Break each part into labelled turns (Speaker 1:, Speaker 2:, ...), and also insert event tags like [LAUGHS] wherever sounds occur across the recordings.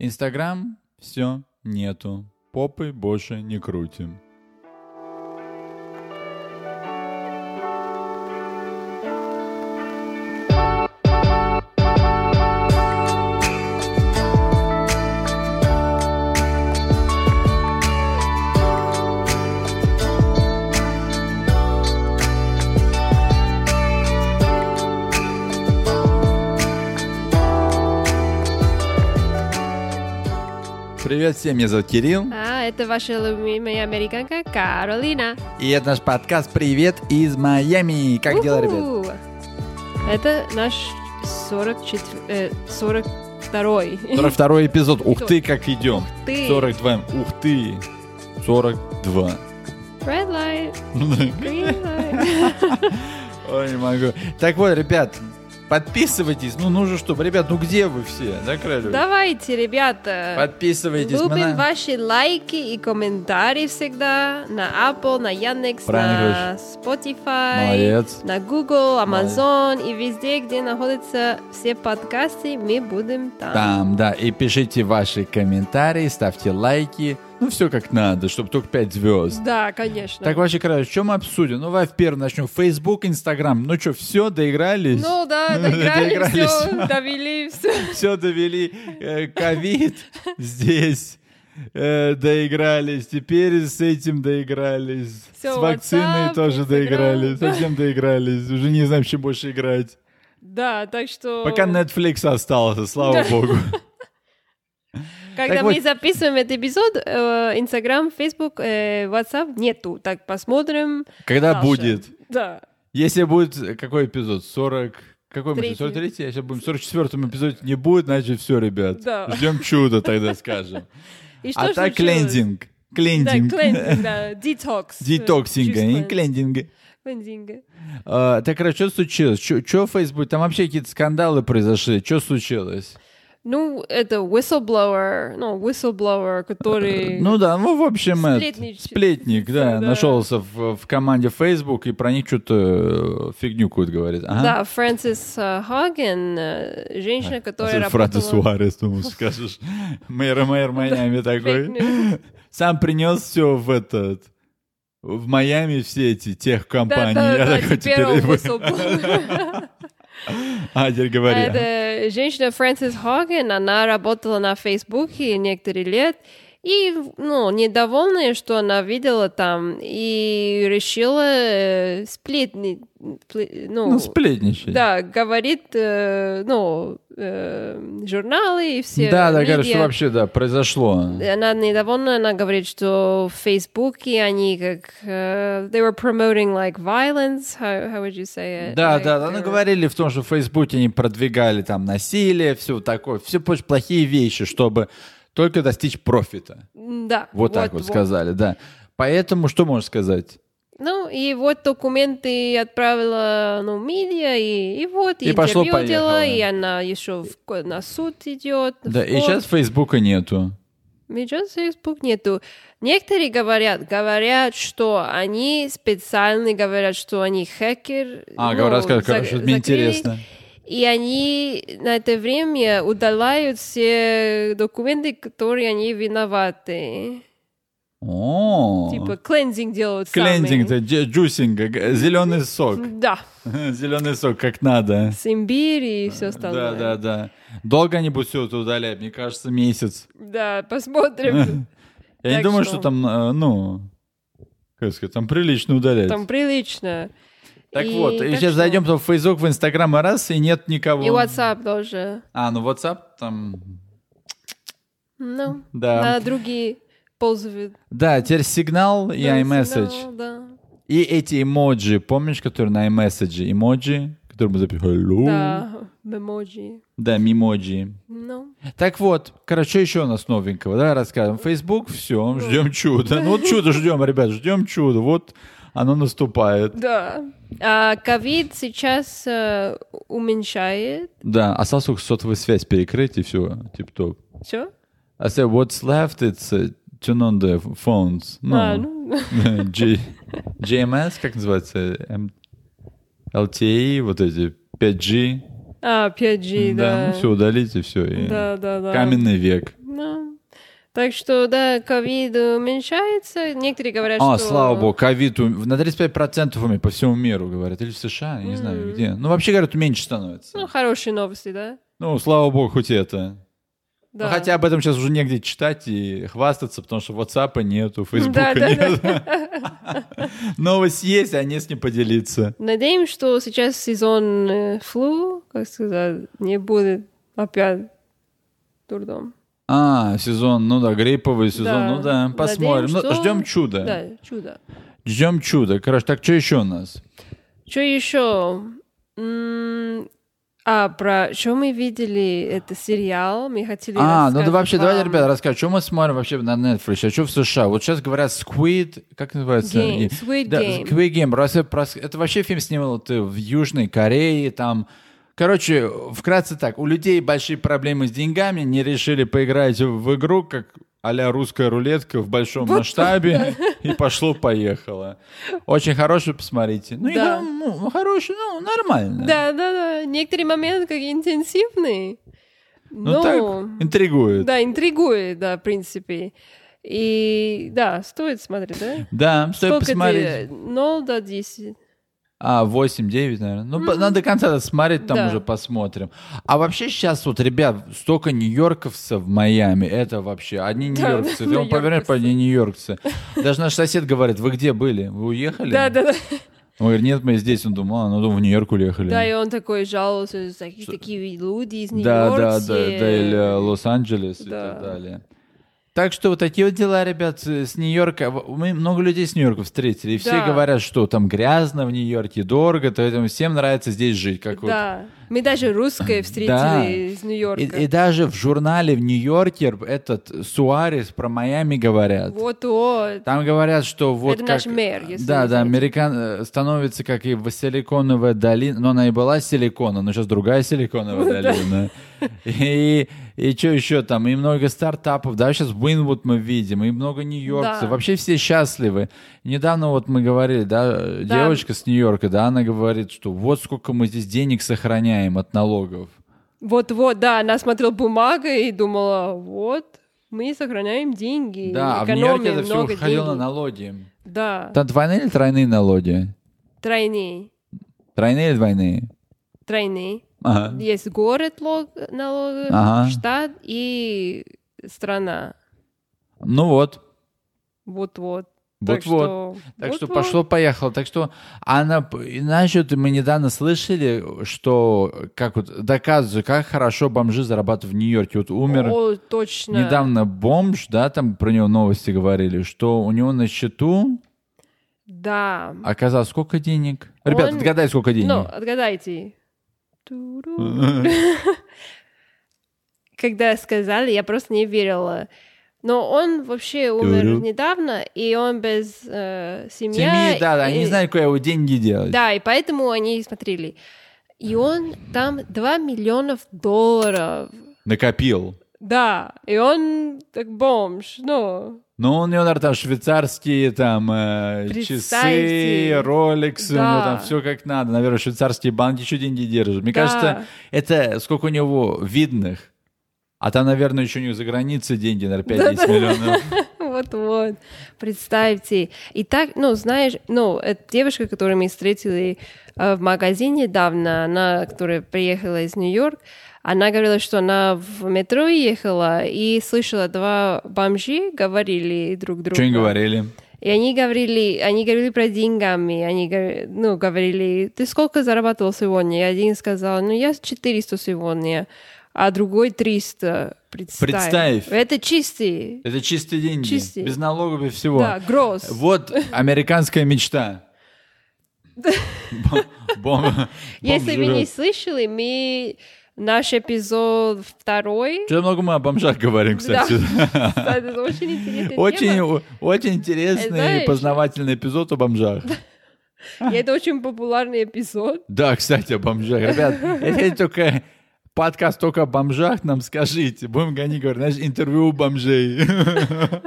Speaker 1: Инстаграм все нету. Попы больше не крутим. Привет всем, меня зовут Кирилл.
Speaker 2: А, это ваша любимая американка Каролина.
Speaker 1: И это наш подкаст «Привет из Майами». Как дела, ребят?
Speaker 2: У-ху! Это наш э, 44... 42
Speaker 1: 42 эпизод. Ух ты, как идем.
Speaker 2: ты.
Speaker 1: 42. Ух ты. 42.
Speaker 2: Red light, green light.
Speaker 1: [LAUGHS] Ой, не могу. Так вот, ребят, подписывайтесь. Ну, нужно, чтобы... Ребят, ну где вы все? Да, Кралю?
Speaker 2: [LAUGHS] Давайте, ребята.
Speaker 1: Подписывайтесь. мы
Speaker 2: Любим
Speaker 1: на-
Speaker 2: ваши лайки и комментарии всегда на Apple, на Яндекс,
Speaker 1: Правильно
Speaker 2: на Spotify,
Speaker 1: Молодец.
Speaker 2: на Google, Amazon и везде, где находятся все подкасты, мы будем там.
Speaker 1: Там, да. И пишите ваши комментарии, ставьте лайки. Ну, все как надо, чтобы только 5 звезд.
Speaker 2: Да, конечно.
Speaker 1: Так, вообще, Кралю, что мы обсудим? Ну, давай первым начнем. Facebook, Instagram. Ну что, все, доигрались? [LAUGHS]
Speaker 2: Ну да, доиграли все,
Speaker 1: Доигрались.
Speaker 2: довели все.
Speaker 1: Все довели. Э,
Speaker 2: [LAUGHS]
Speaker 1: Ковид здесь. Э, доигрались, теперь с этим доигрались,
Speaker 2: Всё,
Speaker 1: с вакциной
Speaker 2: WhatsApp,
Speaker 1: тоже
Speaker 2: Instagram.
Speaker 1: доигрались,
Speaker 2: [LAUGHS]
Speaker 1: совсем доигрались, уже не знаем, с чем больше играть.
Speaker 2: Да, так что...
Speaker 1: Пока Netflix остался, слава
Speaker 2: [LAUGHS]
Speaker 1: богу.
Speaker 2: Когда
Speaker 1: Так
Speaker 2: мы
Speaker 1: вот.
Speaker 2: записываем этот эпизод, э, Инстаграм, Фейсбук, э, WhatsApp нету. Так посмотрим.
Speaker 1: Когда
Speaker 2: дальше.
Speaker 1: будет?
Speaker 2: Да.
Speaker 1: Если будет, э, какой эпизод? 40... Какой мы
Speaker 2: Третий.
Speaker 1: сейчас? 43 Если будем в 44 эпизоде не будет, значит все, ребят.
Speaker 2: Да.
Speaker 1: Ждем чуда тогда, скажем.
Speaker 2: И что
Speaker 1: А
Speaker 2: же
Speaker 1: так
Speaker 2: случилось?
Speaker 1: клендинг.
Speaker 2: Да,
Speaker 1: Клендинг. а [LAUGHS]
Speaker 2: клендинг, да. Детокс.
Speaker 1: Детоксинга
Speaker 2: Чувство
Speaker 1: и клендинга.
Speaker 2: Клендинга.
Speaker 1: А, так, короче, что случилось? Что в Facebook? Там вообще какие-то скандалы произошли. Что случилось?
Speaker 2: Ну, это whistleblower, ну, whistleblower, который...
Speaker 1: [LAUGHS] Ну да, ну в общем, это,
Speaker 2: Сплетнич-
Speaker 1: сплетник, да,
Speaker 2: Да.
Speaker 1: нашелся в, в команде Facebook и про них что-то э, фигню какую-то говорит. Ага.
Speaker 2: Да, Фрэнсис э, Хаген, э,
Speaker 1: А,
Speaker 2: женщина, которая
Speaker 1: Это Францис
Speaker 2: работала...
Speaker 1: Суарес, думаю, скажешь. Мэр, мэр Майами такой.
Speaker 2: Фейк-ньюс.
Speaker 1: Сам принес все в этот... В Майами все эти тех
Speaker 2: Да,
Speaker 1: компании.
Speaker 2: да,
Speaker 1: Я
Speaker 2: да,
Speaker 1: такой,
Speaker 2: теперь он
Speaker 1: вы-
Speaker 2: whistleblower.
Speaker 1: А, теперь говори.
Speaker 2: Это Э, женщина Фрэнсис Хоген, она работала на Фейсбуке некоторые лет, и, ну, недовольная, что она видела там, и решила э, сплетни, пле- ну,
Speaker 1: Ну, сплетничай.
Speaker 2: да, говорит, э, ну, э, журналы и все
Speaker 1: Да, да, говорю,
Speaker 2: медиа.
Speaker 1: что вообще, да, произошло.
Speaker 2: Она недовольна, она говорит, что в Фейсбуке они как... э, they were promoting, like, violence, how, how would you say it?
Speaker 1: Да,
Speaker 2: Like, э,
Speaker 1: да, да,
Speaker 2: they
Speaker 1: ну
Speaker 2: were-
Speaker 1: говорили в том, что в Фейсбуке они продвигали там насилие, все такое, все плохие вещи, чтобы только достичь профита.
Speaker 2: Да.
Speaker 1: Вот так вот сказали, да. Поэтому что можешь сказать?
Speaker 2: Ну, и вот документы отправила, ну, медиа, и, и вот, и
Speaker 1: И пошло,
Speaker 2: интервью
Speaker 1: поехало.
Speaker 2: делала, и она еще в, ко- на суд идет.
Speaker 1: Да, и сейчас Фейсбука нету.
Speaker 2: Сейчас Facebook нету. Некоторые говорят, говорят, что они специально говорят, что они хакер.
Speaker 1: А,
Speaker 2: ну,
Speaker 1: говорят, сказали,
Speaker 2: за-
Speaker 1: короче, мне
Speaker 2: закрыли,
Speaker 1: интересно.
Speaker 2: И они на это время удаляют все документы, которые они виноваты.
Speaker 1: О,
Speaker 2: Типа клендинг делают
Speaker 1: клендинг,
Speaker 2: сами.
Speaker 1: джусинг, зеленый сок, [LAUGHS]
Speaker 2: Да,
Speaker 1: зеленый сок, как надо.
Speaker 2: с имбирь и все остальное.
Speaker 1: Да, да, да. Долго они будут все это удалять, мне кажется, месяц.
Speaker 2: Да, посмотрим.
Speaker 1: Я не
Speaker 2: Так
Speaker 1: думаю,
Speaker 2: что-
Speaker 1: что там, э, ну, как сказать, там прилично удаляют.
Speaker 2: Там прилично.
Speaker 1: Так
Speaker 2: И
Speaker 1: вот, и
Speaker 2: так
Speaker 1: сейчас
Speaker 2: что-
Speaker 1: зайдем в Facebook, в Инстаграм, и раз, и нет никого.
Speaker 2: И WhatsApp тоже.
Speaker 1: А, ну WhatsApp там...
Speaker 2: Ну,
Speaker 1: Да.
Speaker 2: на другие ползают.
Speaker 1: Да, теперь сигнал и
Speaker 2: Да,
Speaker 1: iMessage.
Speaker 2: сигнал, ну, Да.
Speaker 1: И эти эмоджи, помнишь, которые на iMessage? Эмоджи, которые мы записали. Hello.
Speaker 2: Да, мемоджи.
Speaker 1: Да, мимоджи.
Speaker 2: Ну,
Speaker 1: Так вот, короче, еще у нас новенького, да, расскажем. Facebook, все, ждем чуда. Ну, вот чудо ждем, ребят, ждем чудо. Вот оно наступает.
Speaker 2: да. А ковид сейчас э, уменьшает.
Speaker 1: Да, а осталось только сотовую связь перекрыть, и все, тип-топ.
Speaker 2: Все?
Speaker 1: I said, what's left, it's uh, turn on the phones. Ну,
Speaker 2: А, ну, [LAUGHS]
Speaker 1: [LAUGHS] G- GMS, как называется? эм, М- LTE, вот эти 5G.
Speaker 2: а, 5G,
Speaker 1: да,
Speaker 2: да.
Speaker 1: ну, все удалите, все. И...
Speaker 2: Да, да, да.
Speaker 1: Каменный век.
Speaker 2: Так что, да, ковид уменьшается. Некоторые говорят,
Speaker 1: А,
Speaker 2: что...
Speaker 1: слава богу, ковид у- на 35% уме- по всему миру, говорят. Или в США, я не знаю где. Ну, вообще, говорят, меньше становится.
Speaker 2: Ну, хорошие новости, да?
Speaker 1: Ну, слава богу, хоть это. Ну,
Speaker 2: да.
Speaker 1: хотя об этом сейчас уже негде читать и хвастаться, потому что WhatsApp нету, Facebook
Speaker 2: Да, да,
Speaker 1: нет. [LAUGHS] Новость есть, а не с ним поделиться.
Speaker 2: Надеемся, что сейчас сезон э, флу, как сказать, не будет опять трудом.
Speaker 1: А, сезон, ну да, грипповый сезон,
Speaker 2: Да.
Speaker 1: ну да, посмотрим.
Speaker 2: Надеемся,
Speaker 1: Ну,
Speaker 2: что-
Speaker 1: ждем чуда.
Speaker 2: Да, чудо.
Speaker 1: Ждем чуда. Короче, так что еще у нас?
Speaker 2: Что еще? М, А, про что мы видели? Это сериал. Мы хотели
Speaker 1: А, ну да
Speaker 2: рассказать
Speaker 1: вообще, давайте,
Speaker 2: вам.
Speaker 1: ребята, расскажем, что мы смотрим вообще на Netflix, а что в США? Вот сейчас говорят Squid, как называется?
Speaker 2: Game,
Speaker 1: И-
Speaker 2: Squid
Speaker 1: да,
Speaker 2: Game.
Speaker 1: Squid Game. Раз- раз- Это вообще фильм снимал ты в Южной Корее, там... Короче, вкратце так, у людей большие проблемы с деньгами, не решили поиграть в игру, как а-ля русская рулетка в большом масштабе, и пошло-поехало. Очень хороший, посмотрите. Ну,
Speaker 2: Да.
Speaker 1: игра, ну, хороший, ну, нормально.
Speaker 2: Да, да, да. Некоторые моменты как интенсивные.
Speaker 1: Ну,
Speaker 2: но-
Speaker 1: так, интригует.
Speaker 2: Да, интригует, да, в принципе. И да, стоит смотреть, да?
Speaker 1: Да, стоит посмотреть.
Speaker 2: ты? 0 до 10.
Speaker 1: А, 8-9, наверное. Ну, по- надо до конца досмотреть, там
Speaker 2: Да.
Speaker 1: уже посмотрим. А вообще сейчас вот, ребят, столько нью-йорковцев в Майами, это вообще одни
Speaker 2: Да,
Speaker 1: нью-йоркцы. Ты он повернешь,
Speaker 2: нью-йоркцы.
Speaker 1: одни нью-йоркцы. Даже наш сосед говорит, вы где были? Вы уехали?
Speaker 2: Да, да, да.
Speaker 1: Он говорит, нет, мы здесь. Он думал, а, ну, думаю, в Нью-Йорк уехали.
Speaker 2: Да, и он такой жалуется, такие, такие люди из
Speaker 1: да,
Speaker 2: Нью-Йорка.
Speaker 1: да, да,
Speaker 2: все.
Speaker 1: да, или э, Лос-Анджелес и
Speaker 2: Да.
Speaker 1: так далее. Так что вот такие вот дела, ребят, э, с Нью-Йорка. В- Мы много людей с Нью-Йорка встретили, и все
Speaker 2: Да.
Speaker 1: говорят, что там грязно в Нью-Йорке, дорого, поэтому всем нравится здесь жить, как вот
Speaker 2: Да. Мы даже русское встретили
Speaker 1: Да.
Speaker 2: из Нью-Йорка.
Speaker 1: И, и даже в журнале в Нью-Йоркер этот Суарес про Майами говорят.
Speaker 2: Вот, вот.
Speaker 1: Там говорят, что вот
Speaker 2: Это
Speaker 1: как...
Speaker 2: наш мэр, если
Speaker 1: Да,
Speaker 2: вы
Speaker 1: да,
Speaker 2: знаете.
Speaker 1: американ э, становится как и в силиконовая долина, но она и была силикона, но сейчас другая
Speaker 2: [LAUGHS]
Speaker 1: силиконовая долина. И, и что еще там? И много стартапов, да, сейчас Уинвуд мы видим, и много нью-йоркцев.
Speaker 2: Да.
Speaker 1: Вообще все счастливы. Недавно вот мы говорили, да, э,
Speaker 2: Да.
Speaker 1: девочка с Нью-Йорка, да, она говорит, что вот сколько мы здесь денег сохраняем от налогов.
Speaker 2: Вот-вот, да, она смотрела бумагу и думала, вот, мы сохраняем деньги,
Speaker 1: Да, а в
Speaker 2: экономим
Speaker 1: Нью-Йорке это все
Speaker 2: много
Speaker 1: уходило на
Speaker 2: денег. А.
Speaker 1: налоги.
Speaker 2: Да,
Speaker 1: Там двойные или тройные налоги?
Speaker 2: тройные,
Speaker 1: Тройные или двойные?
Speaker 2: тройные.
Speaker 1: Ага.
Speaker 2: Есть город лог- налога,
Speaker 1: Ага.
Speaker 2: штат и страна.
Speaker 1: Ну вот,
Speaker 2: Вот-вот.
Speaker 1: вот-вот. Так что,
Speaker 2: вот-вот.
Speaker 1: пошло-поехало. Так что, она, п- и насчет, мы недавно слышали, что, как вот, доказывают, как хорошо бомжи зарабатывают в Нью-Йорке. Вот умер
Speaker 2: О, точно.
Speaker 1: недавно бомж, да, там про него новости говорили, что у него на счету
Speaker 2: Да.
Speaker 1: оказалось сколько денег? Ребят,
Speaker 2: Он-
Speaker 1: отгадай, сколько денег.
Speaker 2: [LAUGHS] Ну, отгадайте. Туру. Когда сказали, я просто не верила. Но он вообще умер
Speaker 1: Туру.
Speaker 2: недавно, и он без э, семьи.
Speaker 1: Семьи, да, да, они
Speaker 2: и-
Speaker 1: не знают, куда его деньги делать.
Speaker 2: Да, и поэтому они и смотрели. И он там 2 миллионов долларов.
Speaker 1: Накопил.
Speaker 2: Да, и он так бомж, ну,
Speaker 1: Ну, у него, наверное, там швейцарские там э,
Speaker 2: Представьте.
Speaker 1: часы, роликсы, у него
Speaker 2: Да.
Speaker 1: там все как надо. Наверное, швейцарские банки еще деньги держат. Мне
Speaker 2: Да.
Speaker 1: кажется, это сколько у него видных. А там, наверное, еще у него за границей деньги, наверное, 5-10
Speaker 2: [LAUGHS]
Speaker 1: миллионов.
Speaker 2: вот-вот, представьте. И так, ну, знаешь, ну, эта девушка, которую мы встретили э, в магазине давно, она, которая приехала из Нью-Йорк, она говорила, что она в метро ехала и слышала два бомжи говорили друг другу.
Speaker 1: Что они говорили?
Speaker 2: И они говорили, они говорили про деньгами, они говори- ну, говорили, ты сколько зарабатывал сегодня? И один сказал, ну, я 400 сегодня, а другой 300. Представь.
Speaker 1: Представь.
Speaker 2: Это чистый.
Speaker 1: Это чистые деньги,
Speaker 2: Чистые.
Speaker 1: без налогов и всего.
Speaker 2: Да, гроз.
Speaker 1: Вот американская
Speaker 2: [LAUGHS]
Speaker 1: мечта. Бом- бом- бомж
Speaker 2: Если вы не
Speaker 1: живет.
Speaker 2: слышали, мы наш эпизод
Speaker 1: [LAUGHS]
Speaker 2: второй.
Speaker 1: Что-то много мы о бомжах говорим, кстати.
Speaker 2: Да, это очень интересная
Speaker 1: Очень,
Speaker 2: тема.
Speaker 1: о- очень интересный
Speaker 2: Знаешь-
Speaker 1: и познавательный эпизод о бомжах.
Speaker 2: И это очень популярный эпизод.
Speaker 1: Да, кстати, о бомжах. Ребят, если только подкаст только о бомжах, нам скажите. Будем гонить, говорю, знаешь, интервью у бомжей.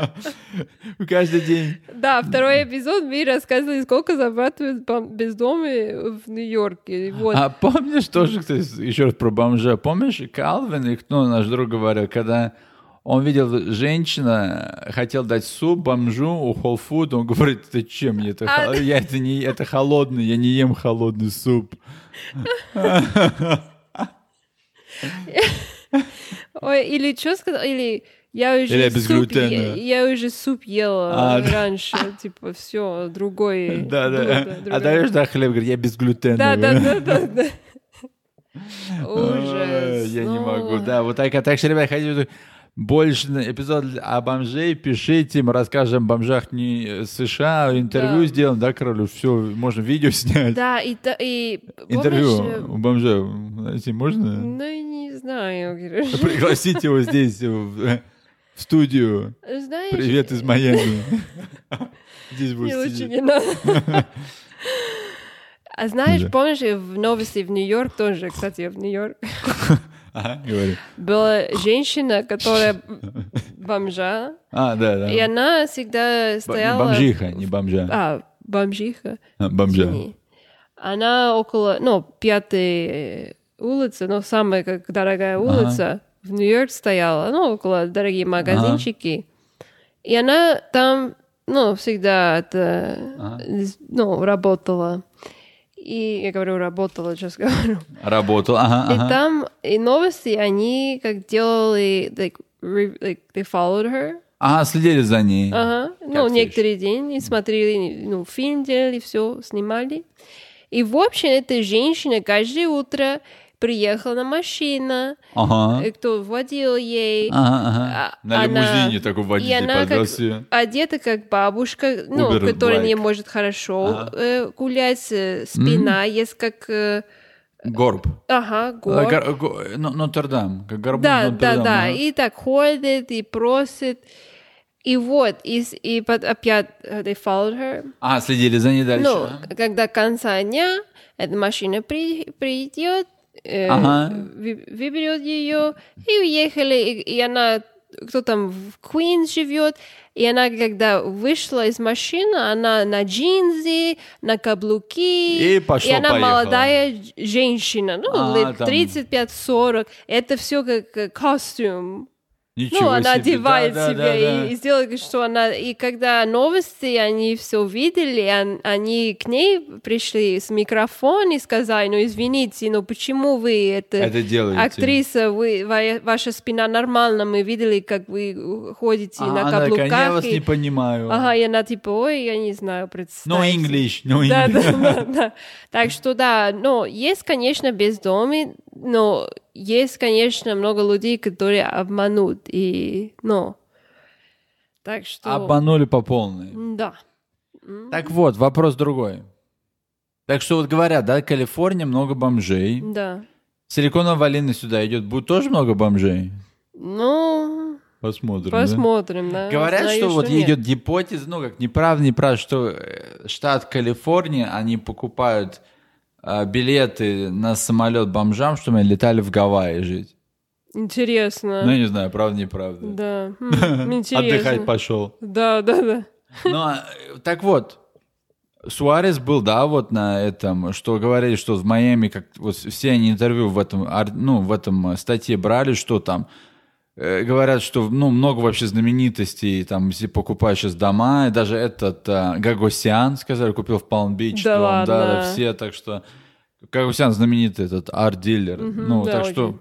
Speaker 1: [LAUGHS] Каждый день.
Speaker 2: Да, второй эпизод мы рассказывали, сколько зарабатывают бом- бездомные в Нью-Йорке. Вот.
Speaker 1: А помнишь тоже, кстати, еще раз про бомжа, помнишь, Калвин, и кто наш друг говорил, когда Он видел, женщина хотел дать суп бомжу у Whole Food. Он говорит, ты чем мне это? хо-
Speaker 2: А-
Speaker 1: Я это не, это холодный, я не ем холодный суп.
Speaker 2: Ой, или что сказал, или я уже
Speaker 1: Или я без
Speaker 2: суп
Speaker 1: глютена.
Speaker 2: е- я уже суп ела
Speaker 1: А,
Speaker 2: э,
Speaker 1: да. [LAUGHS]
Speaker 2: раньше, типа все другой.
Speaker 1: Да, да.
Speaker 2: блюдо,
Speaker 1: А
Speaker 2: другое.
Speaker 1: даешь, да, хлеб, говорит, я без глютена.
Speaker 2: Да,
Speaker 1: [LAUGHS]
Speaker 2: да, да, да, да. Ужас.
Speaker 1: Я не
Speaker 2: ну.
Speaker 1: могу. Да, вот так, так что, ребят, хотите больше эпизод о бомжей, пишите, мы расскажем о бомжах не э, США, интервью
Speaker 2: Да.
Speaker 1: сделаем, да, королю, все, можно видео [LAUGHS] снять.
Speaker 2: Да, и, та- и помнишь,
Speaker 1: Интервью
Speaker 2: э,
Speaker 1: у бомжа, знаете, можно?
Speaker 2: Ну, я не знаю,
Speaker 1: А [LAUGHS]
Speaker 2: Кирюш.
Speaker 1: Пригласить его здесь, э, в, в студию.
Speaker 2: [LAUGHS] Знаешь,
Speaker 1: Привет из Майами. [LAUGHS] Здесь
Speaker 2: мне
Speaker 1: будет
Speaker 2: лучше
Speaker 1: сидеть.
Speaker 2: не надо.
Speaker 1: [LAUGHS]
Speaker 2: А знаешь,
Speaker 1: Да.
Speaker 2: помнишь, и в новости в Нью-Йорк тоже, кстати, я в Нью-Йорк,
Speaker 1: Ага, говори.
Speaker 2: была
Speaker 1: [LAUGHS]
Speaker 2: женщина, которая бомжа,
Speaker 1: А, да, да.
Speaker 2: и она всегда
Speaker 1: Б-
Speaker 2: стояла...
Speaker 1: Бомжиха, не бомжа.
Speaker 2: А, бомжиха.
Speaker 1: А, Бомжа.
Speaker 2: Извини. Она около, ну, пятой э, улицы, ну, самая как дорогая улица в Нью-Йорк стояла, ну, около дорогие магазинчики. И она там, ну, всегда это,
Speaker 1: Ага.
Speaker 2: с- ну, работала. И я говорю, работала, сейчас [LAUGHS] говорю.
Speaker 1: Работал, ага,
Speaker 2: И
Speaker 1: ага.
Speaker 2: там, и новости, они как делали, like, re- like, they followed her.
Speaker 1: Ага, следили за ней.
Speaker 2: Ага. Ну,
Speaker 1: ты
Speaker 2: некоторые день и смотрели, ну, фильм делали, все снимали. И, в общем, эта женщина каждое утро приехала на машина,
Speaker 1: Ага.
Speaker 2: э, кто владел ей.
Speaker 1: Ага, ага.
Speaker 2: А-
Speaker 1: На
Speaker 2: она-
Speaker 1: лимузине такой
Speaker 2: и
Speaker 1: водитель
Speaker 2: она как,
Speaker 1: подвез
Speaker 2: одета как бабушка, ну,
Speaker 1: А. Uber
Speaker 2: которая не
Speaker 1: bike.
Speaker 2: может хорошо
Speaker 1: Ага.
Speaker 2: э, гулять, э, спина есть как... э,
Speaker 1: Горб.
Speaker 2: ага,
Speaker 1: Э,
Speaker 2: гор.
Speaker 1: гор- го- но- Нотр-Дам. Как горбун
Speaker 2: Да, да,
Speaker 1: Нотр-Дама,
Speaker 2: да.
Speaker 1: ага.
Speaker 2: И так ходит, и просит. И вот, и, с- и под- опять э, they followed her.
Speaker 1: А, следили за ней дальше.
Speaker 2: Ну,
Speaker 1: ага.
Speaker 2: когда конца дня эта машина при, придет, э,
Speaker 1: Ага.
Speaker 2: вы- выберет ее, и уехали, и, и она, кто там в Квинс живет, и она, когда вышла из машины, она на джинсы, на каблуки,
Speaker 1: И пошла,
Speaker 2: она
Speaker 1: поехала.
Speaker 2: молодая ж- женщина, ну,
Speaker 1: А,
Speaker 2: лет
Speaker 1: там.
Speaker 2: 35-40, это все как э, костюм.
Speaker 1: Ничего
Speaker 2: Ну, она
Speaker 1: себе.
Speaker 2: одевает
Speaker 1: Да, да,
Speaker 2: себя
Speaker 1: да,
Speaker 2: и,
Speaker 1: да.
Speaker 2: и сделает, что она... И когда новости, они все видели, он- они к ней пришли с микрофоном и сказали, ну, извините, но почему вы это...
Speaker 1: Это А делаете.
Speaker 2: Актриса, вы, ва- ваша спина нормально, мы видели, как вы э, ходите
Speaker 1: А,
Speaker 2: на
Speaker 1: она такая,
Speaker 2: каблуках.
Speaker 1: я вас
Speaker 2: и-
Speaker 1: не понимаю.
Speaker 2: Ага, и она типа, ой, я не знаю, представьте.
Speaker 1: No English, no
Speaker 2: Да,
Speaker 1: English.
Speaker 2: да, [LAUGHS] да, да. Так что да, но есть, конечно, бездомные, но есть, конечно, много людей, которые обманут и, но. Так что.
Speaker 1: Обманули А по полной.
Speaker 2: Да.
Speaker 1: Так вот, вопрос другой. Так что вот говорят, да, Калифорния много бомжей.
Speaker 2: Да.
Speaker 1: Силиконовая долина сюда идет, будет тоже много бомжей?
Speaker 2: Ну,
Speaker 1: Посмотрим. да?
Speaker 2: посмотрим, да.
Speaker 1: Говорят,
Speaker 2: Знаю,
Speaker 1: что вот
Speaker 2: нет.
Speaker 1: идет гипотеза, ну как неправда, неправда, что э, штат Калифорния, они покупают э, билеты на самолет бомжам, чтобы они летали в Гавайи жить.
Speaker 2: Интересно.
Speaker 1: Ну, я не знаю, правда, неправда. [LAUGHS]
Speaker 2: Да. М,
Speaker 1: Отдыхать
Speaker 2: Интересно.
Speaker 1: пошел.
Speaker 2: Да, да, да.
Speaker 1: Ну, а, э, так вот, Суарес был, да, вот на этом, что говорили, что в Майами, как вот все они интервью в этом, ар- ну, в этом э, статье брали, что там э, говорят, что ну много вообще знаменитостей, там если покупаешь сейчас дома, и даже этот э, Гагосян, сказали, купил в Палм-Бич, что
Speaker 2: Да
Speaker 1: он, да, да,
Speaker 2: ладно.
Speaker 1: все, так что Гагосян знаменитый этот арт-дилер,
Speaker 2: Мгм,
Speaker 1: ну
Speaker 2: да,
Speaker 1: так
Speaker 2: очень.
Speaker 1: что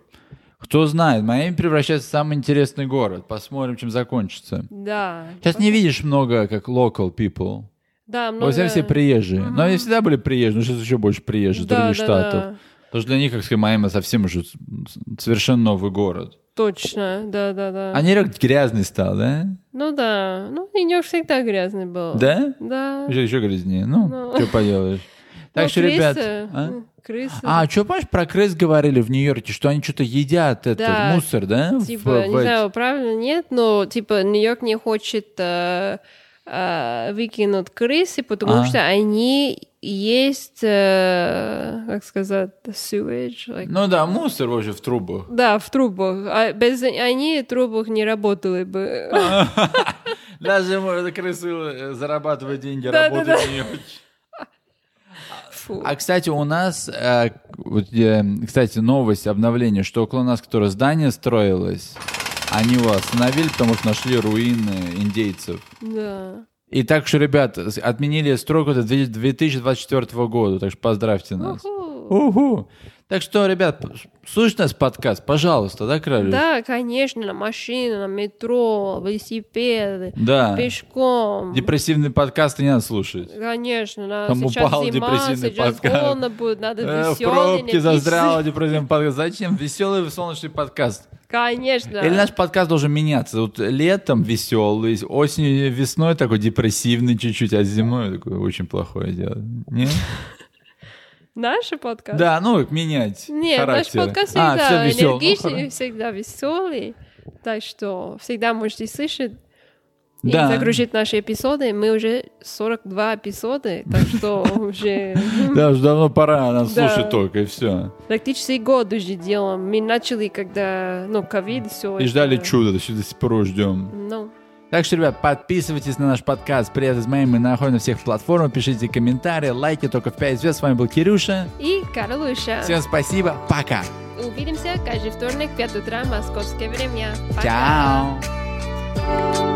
Speaker 1: кто знает, Майами превращается в самый интересный город, посмотрим, чем закончится.
Speaker 2: Да.
Speaker 1: Сейчас не видишь много как local people.
Speaker 2: Ну Да,
Speaker 1: Во
Speaker 2: много.
Speaker 1: всем все приезжие. Но они всегда были приезжие, но сейчас еще больше приезжих
Speaker 2: Да,
Speaker 1: других
Speaker 2: да,
Speaker 1: штатов.
Speaker 2: да.
Speaker 1: Потому что для них, как сказать, Майами совсем уже с- совершенно новый город.
Speaker 2: Точно, да, да, да.
Speaker 1: А Нью-Йорк грязный стал, да?
Speaker 2: Ну да, ну Нью-Йорк всегда грязный был.
Speaker 1: Да?
Speaker 2: Да.
Speaker 1: Еще, еще грязнее. Ну,
Speaker 2: Ну.
Speaker 1: что
Speaker 2: [LAUGHS]
Speaker 1: поделаешь.
Speaker 2: Ну,
Speaker 1: Так что,
Speaker 2: крысы,
Speaker 1: ребят... А,
Speaker 2: ну, Крысы.
Speaker 1: а что, помнишь, про крыс говорили в Нью-Йорке, что они что-то едят, этот
Speaker 2: Да,
Speaker 1: мусор, да? в-
Speaker 2: типа,
Speaker 1: в
Speaker 2: не
Speaker 1: эти-
Speaker 2: знаю, правильно, нет, но, типа, Нью-Йорк не хочет э, э, выкинуть крысы, потому
Speaker 1: А.
Speaker 2: что они есть, э, как сказать, sewage, like-
Speaker 1: Ну да, мусор вообще в
Speaker 2: [LAUGHS]
Speaker 1: трубах.
Speaker 2: да, в трубах. А без они в трубах не работали бы.
Speaker 1: А. Даже может, крысы э, зарабатывают деньги,
Speaker 2: Да, да,
Speaker 1: работают не очень.
Speaker 2: [LAUGHS] Фу.
Speaker 1: А кстати, у нас, э, вот, э, кстати, новость, обновление, что около нас, которое здание строилось, они его остановили, потому что нашли руины индейцев.
Speaker 2: Да.
Speaker 1: И так что, ребят, с- отменили стройку до 2024 года, так что поздравьте нас.
Speaker 2: Уху.
Speaker 1: Уху. Так что, ребят, п- слушай нас подкаст, пожалуйста, да, Королев?
Speaker 2: Да, конечно, на машине, на метро, велосипеды,
Speaker 1: Да.
Speaker 2: пешком.
Speaker 1: Депрессивные подкасты не надо слушать.
Speaker 2: Конечно, на
Speaker 1: Там
Speaker 2: сейчас
Speaker 1: упал
Speaker 2: зима,
Speaker 1: депрессивный
Speaker 2: сейчас
Speaker 1: подкаст.
Speaker 2: холодно будет, надо
Speaker 1: Э, В
Speaker 2: веселый.
Speaker 1: пробке застрял депрессивный подкаст. Зачем? Веселый солнечный подкаст.
Speaker 2: [LAUGHS] Конечно.
Speaker 1: Или наш подкаст должен меняться. Вот летом веселый, осенью, и весной такой депрессивный чуть-чуть, а зимой такой очень плохое дело. Не?
Speaker 2: Наши подкасты?
Speaker 1: Да, ну как менять
Speaker 2: Нет,
Speaker 1: характер.
Speaker 2: наш подкаст
Speaker 1: А,
Speaker 2: всегда
Speaker 1: всё весёлое. Ну,
Speaker 2: энергичный,
Speaker 1: хоро-
Speaker 2: всегда веселый. Так что всегда можете слышать и
Speaker 1: Да.
Speaker 2: загрузить наши эпизоды. Мы уже 42 эпизода, так
Speaker 1: [LAUGHS]
Speaker 2: что уже
Speaker 1: Да, уже давно пора нас
Speaker 2: Да.
Speaker 1: слушать только, и все.
Speaker 2: практически год уже делаем. Мы начали, когда, ну, ковид, все.
Speaker 1: И ждали чуда, то до сих пор ждем.
Speaker 2: Ну,
Speaker 1: Так что, ребят, подписывайтесь на наш подкаст. Привет из Майами. Мы находим на всех платформах. Пишите комментарии, лайки только в 5 звезд. С вами был Кирюша.
Speaker 2: и Карлуша.
Speaker 1: Всем спасибо. Пока.
Speaker 2: Увидимся каждый вторник в 5 утра московское время. Пока.
Speaker 1: Чао.
Speaker 2: Thank you.